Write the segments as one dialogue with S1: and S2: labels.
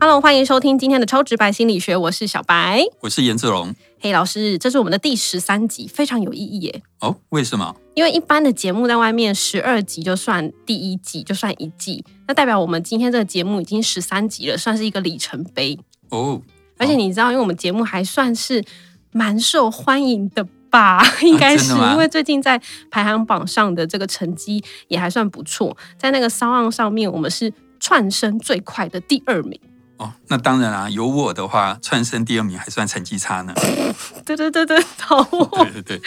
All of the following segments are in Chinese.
S1: Hello，欢迎收听今天的超直白心理学，我是小白。
S2: 我是颜志龙。
S1: 嘿，老师，这是我们的第十三集，非常有意义耶。
S2: 哦，为什么？
S1: 因为一般的节目在外面十二集就算第一季，就算一季，那代表我们今天这个节目已经十三集了，算是一个里程碑。
S2: 哦，
S1: 而且你知道，因为我们节目还算是蛮受欢迎的吧， 应该是、
S2: 啊真的吗
S1: 因为最近在排行榜上的这个成绩也还算不错，在那个骚浪上面，我们是串升最快的第二名。
S2: 哦，那当然啊，有我的话，串升第二名还算成绩差 呢。
S1: 对对对对，好哦。
S2: 对对对。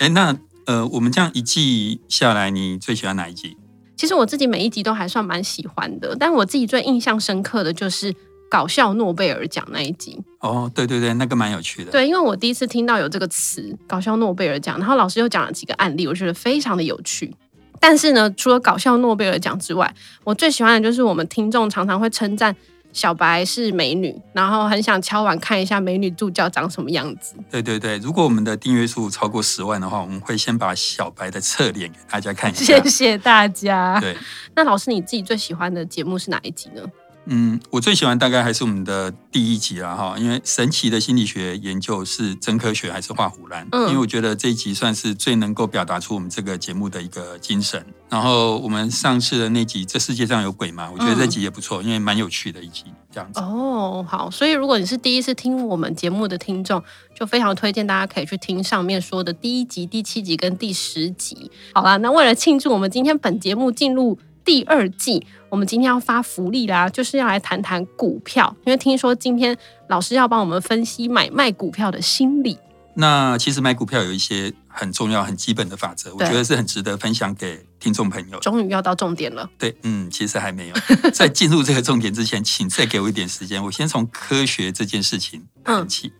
S2: 哎，那呃，我们这样一季下来，你最喜欢哪一集？
S1: 其实我自己每一集都还算蛮喜欢的，但我自己最印象深刻的就是搞笑诺贝尔奖那一集。
S2: 哦，对对对，那个蛮有趣的。，
S1: 对，因为我第一次听到有这个词“搞笑诺贝尔奖”，然后老师又讲了几个案例，我觉得非常的有趣。但是呢，除了搞笑诺贝尔奖之外，我最喜欢的就是我们听众常常会称赞小白是美女，然后很想敲碗看一下美女助教长什么样子。
S2: 对对对。如果我们的订阅数超过十万的话，我们会先把小白的侧脸给大家看一下
S1: 谢。谢大家。
S2: 对，
S1: 那老师你自己最喜欢的节目是哪一集呢？
S2: 嗯，我最喜欢大概还是我们的第一集啦，哈，因为神奇的心理学研究是真科学还是画虎烂？
S1: 嗯
S2: 因为我觉得这一集算是最能够表达出我们这个节目的一个精神。然后我们上次的那集《这世界上有鬼吗》，我觉得
S1: 嗯
S2: 这集也不错，因为蛮有趣的一集，这样子。
S1: 哦，好，所以如果你是第一次听我们节目的听众，就非常推荐大家可以去听上面说的第一集、第七集跟第十集。好啦，那为了庆祝我们今天本节目进入第二季，我们今天要发福利啦，就是要来谈谈股票，因为听说今天老师要帮我们分析买卖股票的心理。
S2: 那其实买股票有一些很重要、很基本的法则，我
S1: 对
S2: 觉得是很值得分享给听众朋友。
S1: 终于要到重点了。
S2: 对，嗯，其实还没有。 在进入这个重点之前，请再给我一点时间，我先从科学这件事情谈
S1: 嗯
S2: 起。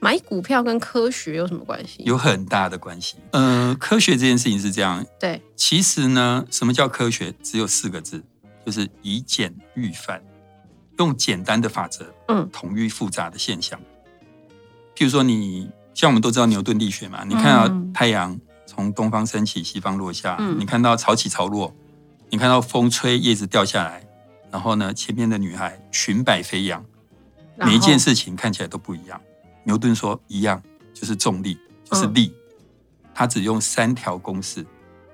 S1: 买股票跟科学有什么关系？
S2: 有很大的关系。呃，科学这件事情是这样，
S1: 对，
S2: 其实呢，什么叫科学？只有四个字，就是以简驭繁，用简单的法则，
S1: 嗯，
S2: 统御复杂的现象。譬如说你，像我们都知道牛顿力学嘛，你看
S1: 嗯
S2: 到太阳从东方升起，西方落下，
S1: 嗯
S2: 你看到潮起潮落，你看到风吹叶子掉下来，然后呢，前面的女孩裙摆飞扬，
S1: 然后
S2: 每一件事情看起来都不一样。牛顿说一样就是重力，就是
S1: 嗯
S2: 力。他只用三条公式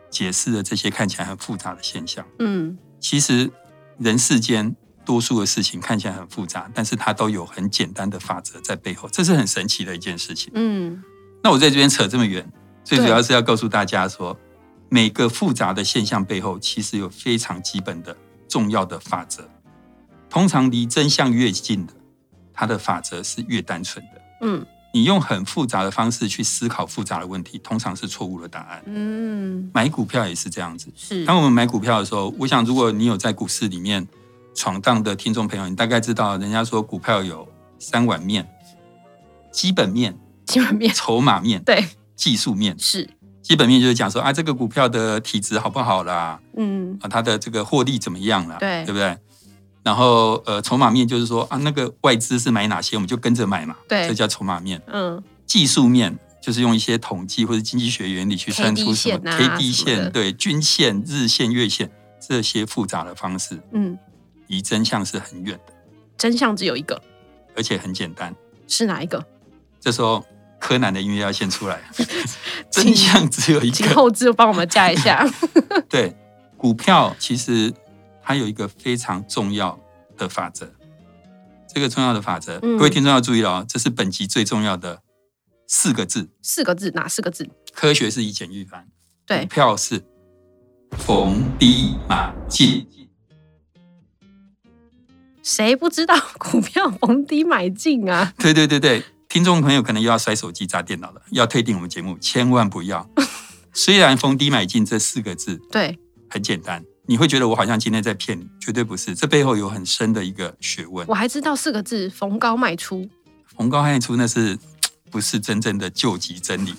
S2: 解释了这些看起来很复杂的现象。
S1: 嗯，
S2: 其实人世间多数的事情看起来很复杂，但是它都有很简单的法则在背后，这是很神奇的一件事情。
S1: 嗯，
S2: 那我在这边扯这么远，最
S1: 对
S2: 主要是要告诉大家说，每个复杂的现象背后其实有非常基本的重要的法则。通常离真相越近的，它的法则是越单纯的。
S1: 嗯，
S2: 你用很复杂的方式去思考复杂的问题，通常是错误的答案。
S1: 嗯，
S2: 买股票也是这样子。
S1: 是，
S2: 当我们买股票的时候，我想如果你有在股市里面闯荡的听众朋友，你大概知道人家说股票有三碗面：基本面、
S1: 基本面
S2: 筹码面、
S1: 对
S2: 技术面。
S1: 是，
S2: 基本面就是讲说啊，这个股票的体质好不好啦，
S1: 嗯，
S2: 啊，它的这个获利怎么样啦，
S1: 对
S2: 对不对？然后呃，筹码面就是说啊，那个外资是买哪些，我们就跟着买嘛，
S1: 对
S2: 这叫筹码面。
S1: 嗯，
S2: 技术面就是用一些统计或者经济学原理去算
S1: KD
S2: 出什么
S1: 线啊
S2: K D
S1: 什么的
S2: 线、对均线、日线、月线这些复杂的方式，
S1: 嗯。
S2: 离真相是很远的，
S1: 真相只有一个，
S2: 而且很简单。
S1: 是哪一个？
S2: 这时候柯南的音乐要先 出来，真相只有一
S1: 请
S2: 个，
S1: 后置帮我们加一 下。
S2: 对，股票其实它有一个非常重要的法则，这个重要的法则，
S1: 嗯
S2: 各位听众要注意了哦，这是本集最重要的四个字：
S1: 四个字，哪四个字？
S2: 科学是以简驭繁，股
S1: 对，
S2: 票是逢低买进。
S1: 谁不知道股票逢低买进 啊？
S2: 对对对对，听众朋友可能又要摔手机、砸电脑了，要退订我们节目，千万不 要。虽然“逢低买进”这四个字
S1: 对，
S2: 很简单，你会觉得我好像今天在骗你，绝对不是，这背后有很深的一个学问。
S1: 我还知道四个字，逢高卖出。
S2: 逢高害出那是不是真正的救急 真理？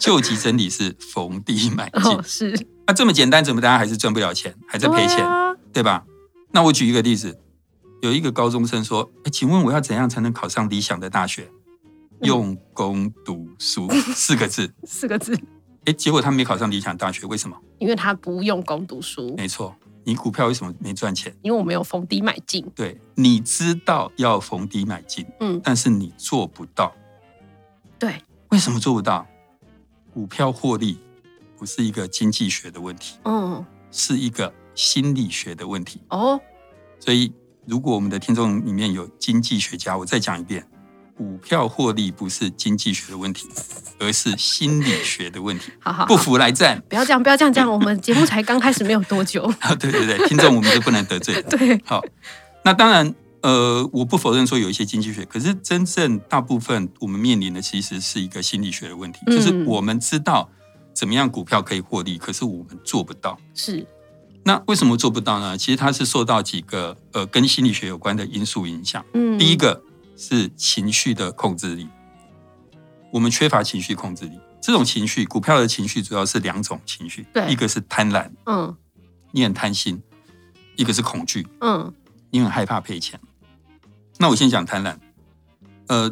S2: 救急真理是逢低买进。
S1: 哦，是
S2: 那、这么简单，怎么大家还是赚不了钱，还在赔钱，
S1: 对啊
S2: 对吧？那我举一个例子，有一个高中生说：“哎，请问我要怎样才能考上理想的大学？”
S1: 嗯
S2: 用功读 书四个字。
S1: 四个字，
S2: 哎，结果他没考上理想大学，为什么？嗯
S1: 因为他不用功读书。
S2: 没错，你股票为什么没赚钱？
S1: 因为我没有逢低买进，
S2: 对你知道要逢低买进，
S1: 嗯，
S2: 但是你做不到。
S1: 对，
S2: 为什么做不到？股票获利不是一个经济学的问题，
S1: 嗯，
S2: 是一个心理学的问题。
S1: 哦，
S2: 所以，如果我们的听众里面有经济学家，我再讲一遍，股票获利不是经济学的问题，而是心理学的问题。
S1: 好好好
S2: 不服来战
S1: 不要这样，不要这样，这样我们节目才刚开始没有多久，
S2: 啊！对对对，听众我们是不能得罪的。
S1: 对，
S2: 好，那当然，呃，我不否认说有一些经济学，可是真正大部分我们面临的其实是一个心理学的问题，
S1: 嗯
S2: 就是我们知道怎么样股票可以获利，可是我们做不到。
S1: 是，
S2: 那为什么做不到呢？其实它是受到几个呃跟心理学有关的因素影响。
S1: 嗯，
S2: 第一，个是情绪的控制力，我们缺乏情绪控制力。这种情绪，股票的情绪主要是两种情绪，
S1: 对
S2: 一个是贪婪，
S1: 嗯
S2: 你很贪心；一个是恐惧，
S1: 嗯，
S2: 你很害怕赔钱。那我先讲贪婪，呃，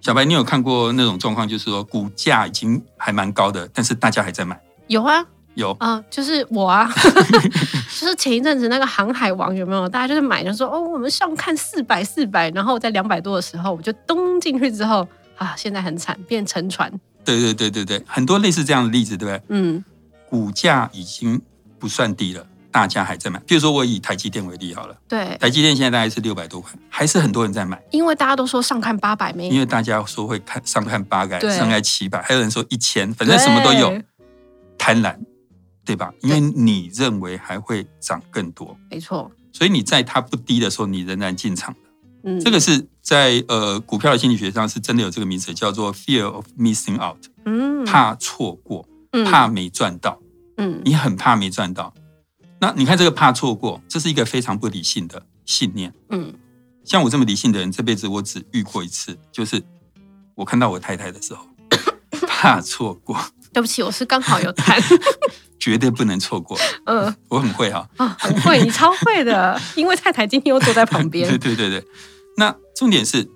S2: 小白，你有看过那种状况，就是说股价已经还蛮高的，但是大家还在买，
S1: 有啊，
S2: 有
S1: 啊、就是我啊， 就是前一阵子那个航海王有没有？大家就是买就说哦，我们上看四百四百，然后在两百多的时候，我就咚进去之后啊，现在很惨，变沉船。
S2: 对对对对对，很多类似这样的例子，对不对？
S1: 嗯
S2: 股价已经不算低了，大家还在买。比如说，我以台积电为例好了。
S1: 对，
S2: 台积电现在大概是六百多块，还是很多人在买，
S1: 因为大家都说上看八百
S2: 因
S1: 没，
S2: 为大家说会看上看八百，
S1: 对
S2: 上看七百，还有人说一千，反正什么都有
S1: 对，
S2: 贪婪，对吧？因为你认为还会涨更多，
S1: 没错，
S2: 所以你在它不低的时候，你仍然进场。
S1: 嗯，
S2: 这个是在呃股票的心理学上是真的有这个名词，叫做 fear of missing out，
S1: 嗯
S2: 怕错过，
S1: 嗯
S2: 怕没赚到，
S1: 嗯
S2: 你很怕没赚到。那你看这个怕错过，这是一个非常不理性的信念。
S1: 嗯
S2: 像我这么理性的人，这辈子我只遇过一次，就是我看到我太太的时候， 怕错过，
S1: 对不起，我是刚好有谈，
S2: 绝对不能错过。
S1: 嗯
S2: 我很会啊，
S1: 啊，很会，你超会的，因为太太今天又坐在旁
S2: 对
S1: 边，
S2: 对对对。那重点是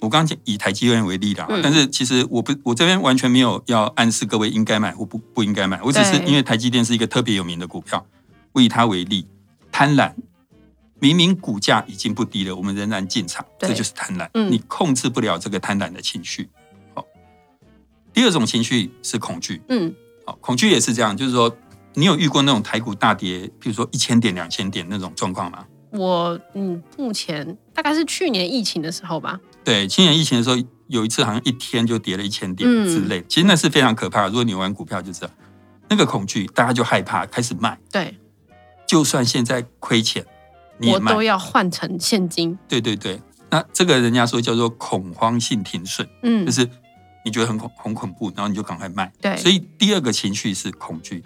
S2: 我刚刚讲以台积电为例啦，
S1: 嗯
S2: 但是其实我不，我这边完全没有要暗示各位应该买或不不应该买，我只是
S1: 对
S2: 因为台积电是一个特别有名的股票，我以它为例，贪婪。明明股价已经不低了，我们仍然进场，
S1: 对
S2: 这就是贪婪。
S1: 嗯
S2: 你控制不了这个贪婪的情绪。好，第二种情绪是恐惧。
S1: 嗯
S2: 好，恐惧也是这样，就是说，你有遇过那种台股大跌，比如说一千点、两千点那种状况吗？
S1: 我嗯，目前大概是去年疫情的时候吧，
S2: 对，今年疫情的时候，有一次好像一天就跌了一千点
S1: 嗯
S2: 之类，其实那是非常可怕的。如果你玩股票就知道，那个恐惧，大家就害怕，开始卖，
S1: 对
S2: 就算现在亏钱，你也
S1: 我
S2: 卖
S1: 都。要换成现金，
S2: 对对对，那这个人家说叫做恐慌性停损，
S1: 嗯，
S2: 就是你觉得很恐很恐怖，然后你就赶快卖。
S1: 对，
S2: 所以第二个情绪是恐惧。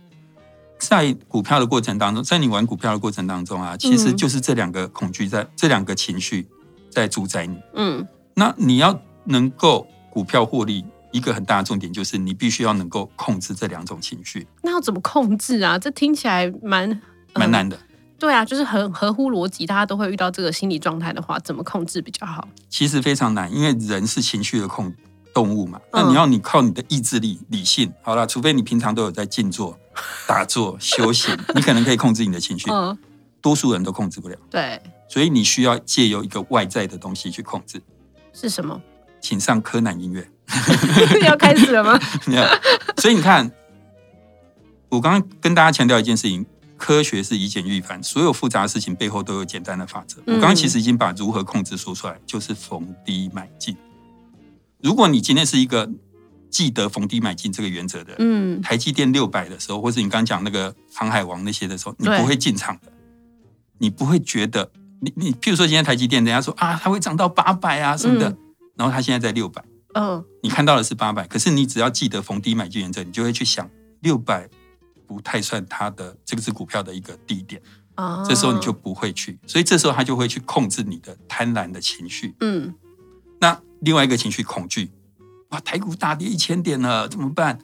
S2: 在股票的过程当中，在你玩股票的过程当中啊，其实
S1: 嗯
S2: 就是这两个恐惧在、这两个情绪在主宰你。
S1: 嗯
S2: 那你要能够股票获利，一个很大的重点就是你必须要能够控制这两种情绪，，
S1: 那要怎么控制啊？这听起来蛮
S2: 蛮。
S1: 呃
S2: 难的。
S1: 对啊，就是很合乎逻辑，大家都会遇到这个心理状态的话，怎么控制比较好？
S2: 其实非常难，因为人是情绪的控动物嘛。
S1: 嗯
S2: 那你要你靠你的意志力、理性，好啦，除非你平常都有在静坐、 打坐、修行，你可能可以控制你的情绪。
S1: 嗯，
S2: 多数人都控制不了，
S1: 对，
S2: 所以你需要借由一个外在的东西去控制。
S1: 是什么？
S2: 请上柯南音乐。
S1: 要开始了 吗？
S2: 没有，所以你看，我刚刚跟大家强调一件事情：科学是以简驭繁，所有复杂的事情背后都有简单的法则。
S1: 嗯
S2: 我刚刚其实已经把如何控制说出来，就是逢低买进。如果你今天是一个记得逢低买进这个原则的人，
S1: 嗯，
S2: 台积电六百的时候，或是你刚刚讲那个航海王那些的时候，你
S1: 对
S2: 不会进场的，你不会觉得你你，譬如说今天台积电，人家说啊，它会涨到八百啊什么的，
S1: 嗯
S2: 然后它现在在六百。
S1: 嗯，
S2: 你看到的是八百，可是你只要记得逢低买进原则，你就会去想六百不太算它的这个是股票的一个低点，
S1: 啊，
S2: 这时候你就不会去，所以这时候它就会去控制你的贪婪的情绪。
S1: 嗯
S2: 那另外一个情绪恐惧，哇，台股大跌一千点了，怎么办？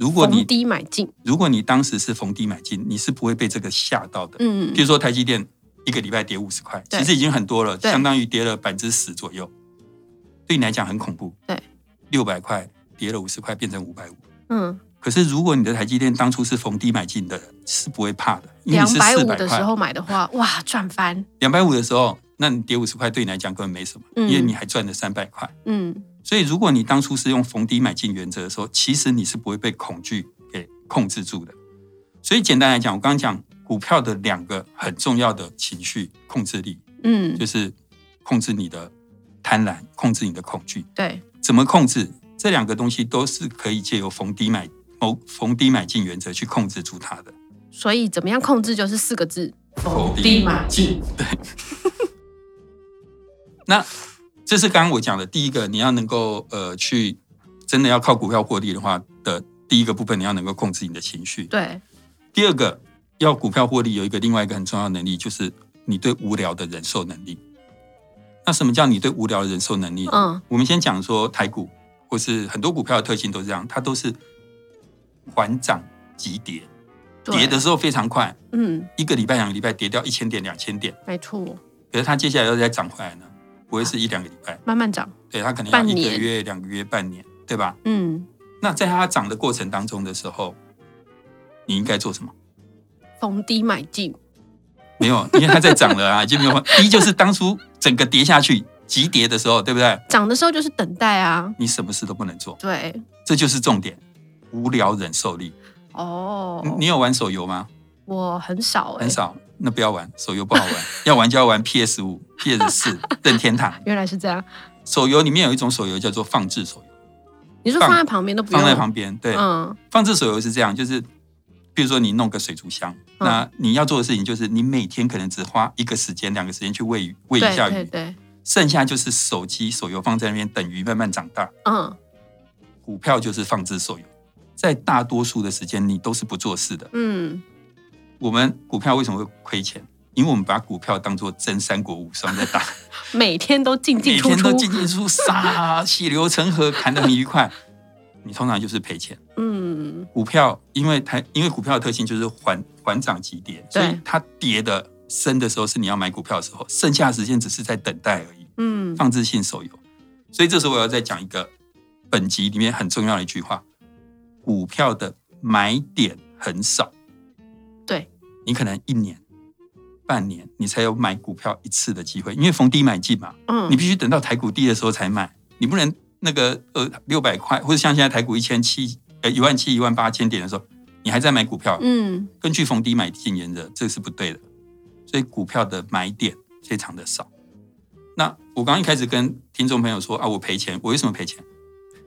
S2: 如果
S1: 逢
S2: 你
S1: 低买进，
S2: 如果你当时是逢低买进，你是不会被这个吓到的。
S1: 嗯
S2: 比如说台积电一个礼拜跌五十块，
S1: 对
S2: 其实已经很多了，
S1: 对
S2: 相当于跌了百分之十左右，对你来讲很恐怖。
S1: 对，
S2: 六百块跌了五十块，变成五百五，
S1: 嗯，
S2: 可是如果你的台积电当初是逢低买进的，是不会怕的，因为你
S1: 两
S2: 是
S1: 百
S2: 四
S1: 五
S2: 百
S1: 的时
S2: 块，
S1: 候买的话，哇，赚翻！
S2: 两百五的时候，那你跌五十块对你来讲根本没什么，
S1: 嗯
S2: 因为你还赚了三百块。
S1: 嗯
S2: 所以，如果你当初是用逢低买进原则的时候，其实你是不会被恐惧给控制住的。所以，简单来讲，我刚刚讲股票的两个很重要的情绪控制力，
S1: 嗯，
S2: 就是控制你的贪婪，控制你的恐惧。
S1: 对，
S2: 怎么控制？这两个东西都是可以借由逢低买、逢逢低买进原则去控制住它的。
S1: 所以怎么样控制就是四个字：
S2: 否定买进。那这是刚刚我讲的第一个，你要能够呃去真的要靠股票获利的话的第一个部分，你要能够控制你的情绪。
S1: 对，
S2: 第二个，要股票获利有一个另外一个很重要的能力，就是你对无聊的忍受能力。那什么叫你对无聊的忍受能力？
S1: 嗯
S2: 我们先讲说台股或是很多股票的特性都是这样，它都是缓涨急跌，
S1: 对，
S2: 跌的时候非常快，
S1: 嗯，
S2: 一个礼拜、两个礼拜跌掉一千点、两千点，
S1: 没错，
S2: 可是它接下来要再涨回来呢，不会是一两个礼拜，
S1: 慢慢涨，
S2: 对，它可能要
S1: 啊半
S2: 一个
S1: 年
S2: 月、两个月、半年，对吧？
S1: 嗯，
S2: 那在它涨的过程当中的时候，你应该做什么？
S1: 逢低买进，
S2: 没有，因为它在涨了啊，已经没有办法。第一就是当初整个跌下去急跌的时候，对不对？
S1: 涨的时候就是等待啊，
S2: 你什么事都不能做，
S1: 对，
S2: 这就是重点。无聊忍受力，
S1: 哦，
S2: 你你有玩手游吗？
S1: 我很少、欸，
S2: 很，少，那不要玩手游不好玩，要玩就要玩 PS 五、PS 四、任天堂。
S1: 原来是这样。
S2: 手游里面有一种手游叫做放置手游，
S1: 你说
S2: 放
S1: 放在旁边都不用，
S2: 放在旁边，对，
S1: 嗯，
S2: 放置手游是这样，就是比如说你弄个水族箱，
S1: 嗯
S2: 那你要做的事情就是你每天可能只花一个时间、两个时间去喂鱼，喂一
S1: 对
S2: 下
S1: 对
S2: 鱼，
S1: 对，
S2: 剩下就是手机、手游放在那边等鱼慢慢长大。
S1: 嗯
S2: 股票就是放置手游，在大多数的时间你都是不做事的。
S1: 嗯，
S2: 我们股票为什么会亏钱？因为我们把股票当做真三国无双在打，
S1: 每天都进进
S2: 每
S1: 出
S2: 天
S1: 出
S2: 都，进进出出，杀血流成河，砍得很愉快。你通常就是赔钱。
S1: 嗯，
S2: 股票因为它因为股票的特性就是缓缓涨急跌，所
S1: 对
S2: 以它跌的深的时候是你要买股票的时候，剩下的时间只是在等待而已。
S1: 嗯
S2: 放置性手游，所以这时候我要再讲一个本集里面很重要的一句话：股票的买点很少。
S1: 对，
S2: 你可能一年、半年你才有买股票一次的机会，因为逢低买进嘛，
S1: 嗯，
S2: 你必须等到台股低的时候才买，你不能那个呃六百块，或者像现在台股一千七、呃一万七、一万八千点的时候，你还在买股票，
S1: 嗯
S2: 根据逢低买进原则，这是不对的。所以股票的买点非常的少。那我刚一开始跟听众朋友说啊，我赔钱，我为什么赔钱？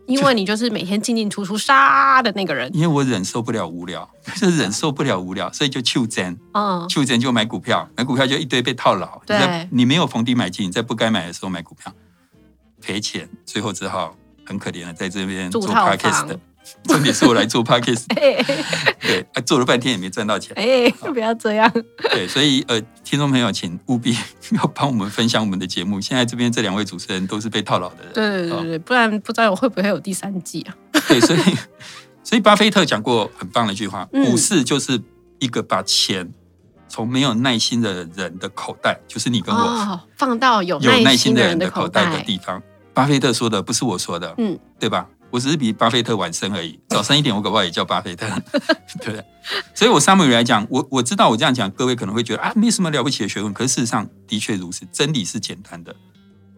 S1: 因为你就是每天进进出出杀的那个人，
S2: 因为我忍受不了无聊， 就是忍受不了无聊，所以就求真，
S1: 嗯，
S2: 求真就买股票，买股票就一堆被套牢。你在
S1: 对
S2: 你没有逢低买进，你在不该买的时候买股票，赔钱，最后只好很可怜的在这边
S1: 住
S2: 做
S1: 套
S2: podcast
S1: 房
S2: 的。重点是我来做 podcast，
S1: 哎
S2: 对，啊，做了半天也没赚到钱。
S1: 哎，不要这样，
S2: 对，所以呃，听众朋友，请务必 要帮我们分享我们的节目。现在这边这两位主持人都是被套牢的人，
S1: 对对对对，不然不知道我会不会有第三季啊？
S2: 对，所以所以巴菲特讲过很棒的一句话：
S1: 嗯
S2: 股市就是一个把钱从没有耐心的人的口袋，就是你跟我，
S1: 哦，放到有
S2: 有耐
S1: 耐
S2: 心
S1: 心的
S2: 的人
S1: 人
S2: 的
S1: 的
S2: 口
S1: 口
S2: 袋
S1: 袋
S2: 的地方。巴菲特说的不是我说的，
S1: 嗯，
S2: 对吧？我只是比巴菲特晚生而已，早生一点，我搞不好也叫巴菲特， 对不对？所以，我 summary 来讲，我我知道我这样讲，各位可能会觉得啊，没什么了不起的学问，可是事实上的确如此，真理是简单的。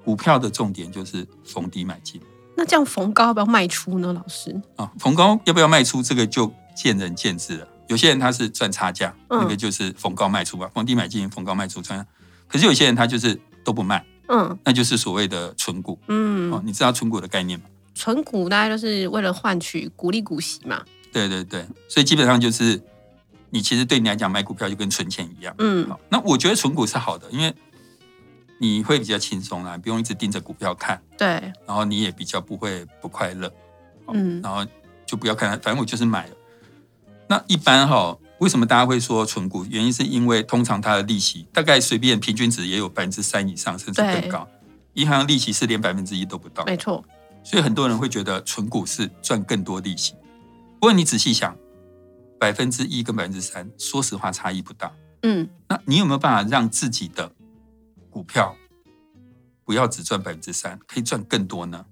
S2: 股票的重点就是逢低买进
S1: 那这样逢高要不要卖出呢？老师，
S2: 啊，逢高要不要卖出，这个就见仁见智了。有些人他是赚差价，
S1: 嗯
S2: 那个就是逢高卖出吧，逢低买进，逢高卖出赚。可是有些人他就是都不卖，
S1: 嗯
S2: 那就是所谓的纯股。哦
S1: 嗯，，
S2: 你知道存股的概念吗？
S1: 存股大概就是为了换取股利股息嘛，
S2: 对对对，所以基本上就是你其实对你来讲买股票就跟存钱一样。
S1: 嗯
S2: 好，那我觉得存股是好的，因为你会比较轻松啦，不用一直盯着股票看，
S1: 对，
S2: 然后你也比较不会不快乐，
S1: 嗯
S2: 然后就不要看它，反正我就是买了。那一般哈、为什么大家会说存股？原因是因为通常它的利息大概随便平均值也有百分之三以上，甚至更
S1: 对
S2: 高。银行的利息是连百分之一都不到，
S1: 没错，
S2: 所以很多人会觉得存股是赚更多利息。不过你仔细想，百分之一跟百分之三，说实话差异不大。
S1: 嗯
S2: 那你有没有办法让自己的股票不要只赚百分之三，可以赚更多呢？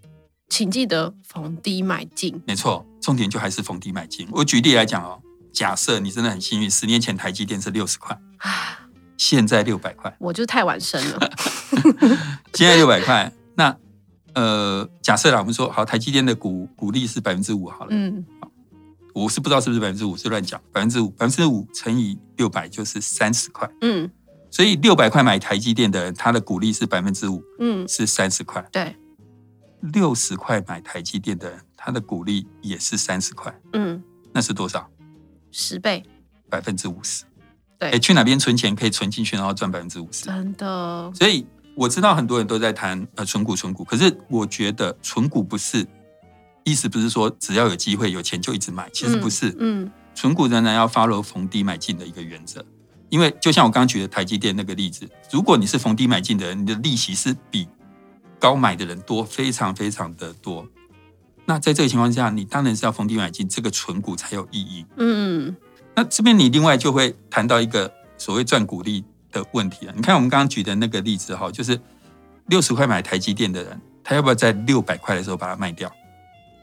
S1: 请记得逢低买进。
S2: 没错，重点就还是逢低买进。我举例来讲哦，假设你真的很幸运，十年前台积电是六十块，
S1: 啊，
S2: 现在六百块，
S1: 我就太晚生 了。
S2: 现在六百块，那呃，假设啦，我们说好，台积电的股股利是百分之五好了，
S1: 嗯，
S2: 我是不知道是不是百分之五，是乱讲，百分之五，百分之五乘以六百就是三十块，
S1: 嗯
S2: 所以六百块买台积电的人，他的股利是百分之五，
S1: 嗯，
S2: 是三十块。
S1: 对，
S2: 六十块买台积电的人，他的股利也是三十块，
S1: 嗯，
S2: 那是多少？
S1: 十倍，
S2: 百分之五十。
S1: 对
S2: 诶去哪边存钱可以存进去，然后赚百分之五十。
S1: 真的，
S2: 所以我知道很多人都在谈呃存股存股，可是我觉得存股不是意思不是说只要有机会有钱就一直买，其实不是，
S1: 嗯
S2: 存股仍然要 follow 逢低买进的一个原则。因为就像我刚刚举的台积电那个例子，如果你是逢低买进的人，你的利息是比高买的人多，非常非常的多。那在这个情况下，你当然是要逢低买进，这个存股才有意义。
S1: 嗯
S2: 那这边你另外就会谈到一个所谓赚股利的问题啊。你看我们刚刚举的那个例子哈，就是六十块买台积电的人，他要不要在六百块的时候把它卖掉？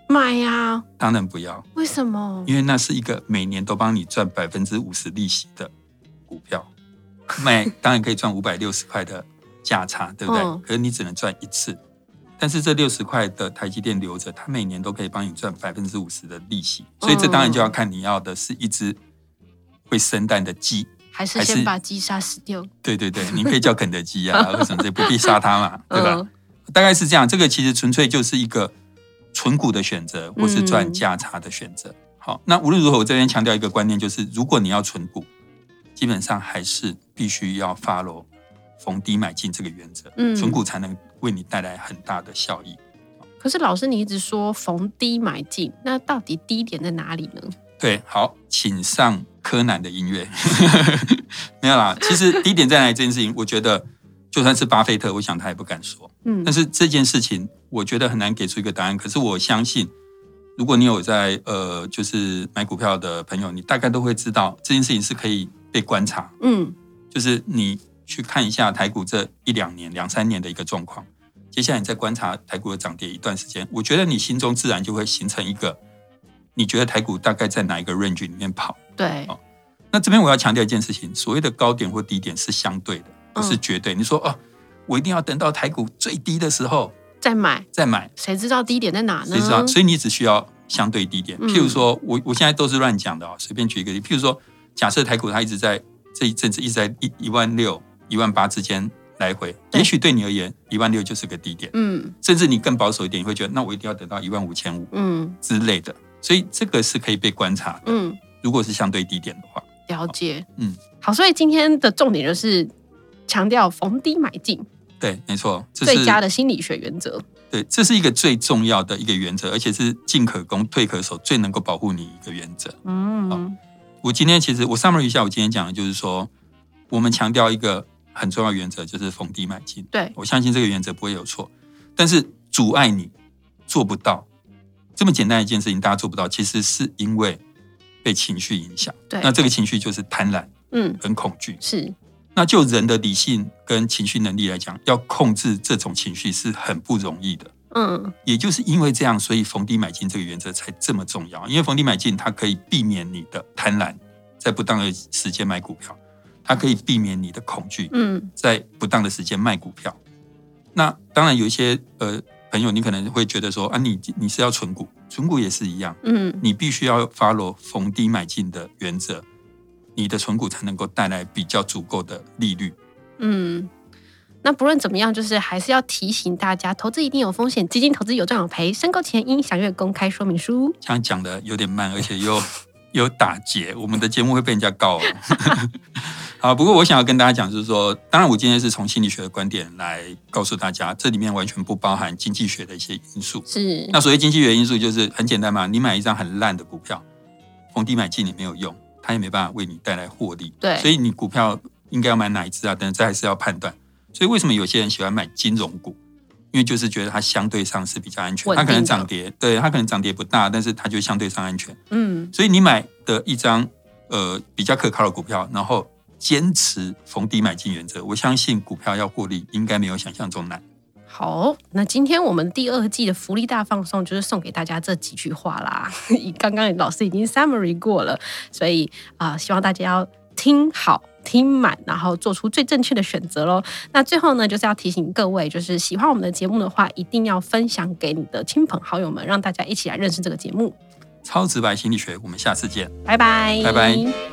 S1: 买呀、
S2: 当然不要，
S1: 啊为什么？
S2: 因为那是一个每年都帮你赚百分之五十利息的股票， 卖当然可以赚五百六十块的价差，对不对？
S1: 嗯
S2: 可是你只能赚一次。但是这六十块的台积电留着，它每年都可以帮你赚百分之五十的利息，所以这当然就要看你要的是一只会生蛋的鸡，
S1: 还是
S2: 还是
S1: 先把鸡杀死掉？
S2: 对对对，你可以叫肯德基 啊，为什么这不必杀它嘛，对吧？
S1: 嗯
S2: 大概是这样。这个其实纯粹就是一个纯股的选择，或是赚价差的选择。好，那无论如何，我这边强调一个观念，就是如果你要存股，基本上还是必须要 follow 逢低买进这个原则，
S1: 嗯
S2: 存股才能为你带来很大的效益。
S1: 可是老师，你一直说逢低买进，那到底低点在哪里呢？
S2: 对，好，请上柯南的音乐。 没有啦，其实低点在哪里这件事情，我觉得就算是巴菲特，我想他也不敢说。
S1: 嗯
S2: 但是这件事情，我觉得很难给出一个答案。可是我相信，如果你有在呃，就是买股票的朋友，你大概都会知道这件事情是可以被观察。
S1: 嗯
S2: 就是你去看一下台股这一两年、两三年的一个状况，接下来你再观察台股的涨跌一段时间，我觉得你心中自然就会形成一个，你觉得台股大概在哪一个 range 里面跑。
S1: 对
S2: 哦，那这边我要强调一件事情，所谓的高点或低点是相对的，不是
S1: 嗯
S2: 绝对。你说哦，我一定要等到台股最低的时候
S1: 再买，
S2: 再买，
S1: 谁知道低点在哪呢？
S2: 谁知道？啊所以你只需要相对低点。
S1: 嗯
S2: 譬如说，我我现在都是乱讲的哦，随便举一个例。譬如说，假设台股它一直在这一阵子一直在一一万六、一万八之间来回，
S1: 对
S2: 也许对你而言，一万六就是个低点，
S1: 嗯
S2: 甚至你更保守一点，你会觉得那我一定要等到一万五千五
S1: 嗯
S2: 之类的。所以这个是可以被观察的。
S1: 嗯，
S2: 如果是相对低点的话，
S1: 了解。
S2: 嗯，
S1: 好，所以今天的重点就是强调逢低买进，
S2: 对，没错，这
S1: 最
S2: 是
S1: 佳的心理学原则。
S2: 对，这是一个最重要的一个原则，而且是进可攻、退可守，最能够保护你一个原则。
S1: 嗯
S2: 我今天其实我 summary 一下，我今天讲的就是说，我们强调一个很重要的原则，就是逢低买进。
S1: 对，
S2: 我相信这个原则不会有错，但是阻碍你做不到这么简单一件事情，大家做不到，其实是因为被情绪影响。
S1: 对
S2: 那这个情绪就是贪婪
S1: 嗯，
S2: 跟恐惧。
S1: 是，
S2: 那就人的理性跟情绪能力来讲，要控制这种情绪是很不容易的。
S1: 嗯
S2: 也就是因为这样，所以逢低买进这个原则才这么重要。因为逢低买进，它可以避免你的贪婪，在不当的时间买股票；它可以避免你的恐惧，
S1: 嗯
S2: 在不当的时间卖股票。那当然有一些呃朋友，你可能会觉得说啊，你你是要存股，存股也是一样，
S1: 嗯，
S2: 你必须要 follow 逢低买进的原则，你的存股才能够带来比较足够的利率。
S1: 嗯，那不论怎么样，就是还是要提醒大家，投资一定有风险，基金投资有赚有赔，申购前应详阅公开说明书。
S2: 这样讲的有点慢，而且又有打结，我们的节目会被人家告哦。 好，不过我想要跟大家讲，就是说，当然我今天是从心理学的观点来告诉大家，这里面完全不包含经济学的一些因素。
S1: 是，
S2: 那所谓经济学因素，就是很简单嘛，你买一张很烂的股票，逢低买进也没有用，它也没办法为你带来获利。
S1: 对
S2: 所以你股票应该要买哪一只啊？等等，这还是要判断。所以为什么有些人喜欢买金融股？因为就是觉得它相对上是比较安全，
S1: 稳
S2: 它
S1: 定的
S2: 可能涨跌，对它可能涨跌不大，但是它就相对上安全。
S1: 嗯
S2: 所以你买的一张呃比较可靠的股票，然后坚持逢低买进原则，我相信股票要获利应该没有想象中难。
S1: 好，那今天我们第二季的福利大放送就是送给大家这几句话啦。 以刚刚老师已经 summary 过了，所以啊、呃希望大家要听好。听满，然后做出最正确的选择喽。那最后呢，就是要提醒各位，就是喜欢我们的节目的话，一定要分享给你的亲朋好友们，让大家一起来认识这个节目。
S2: 超直白心理学，我们下次见。
S1: 拜拜，
S2: 拜拜。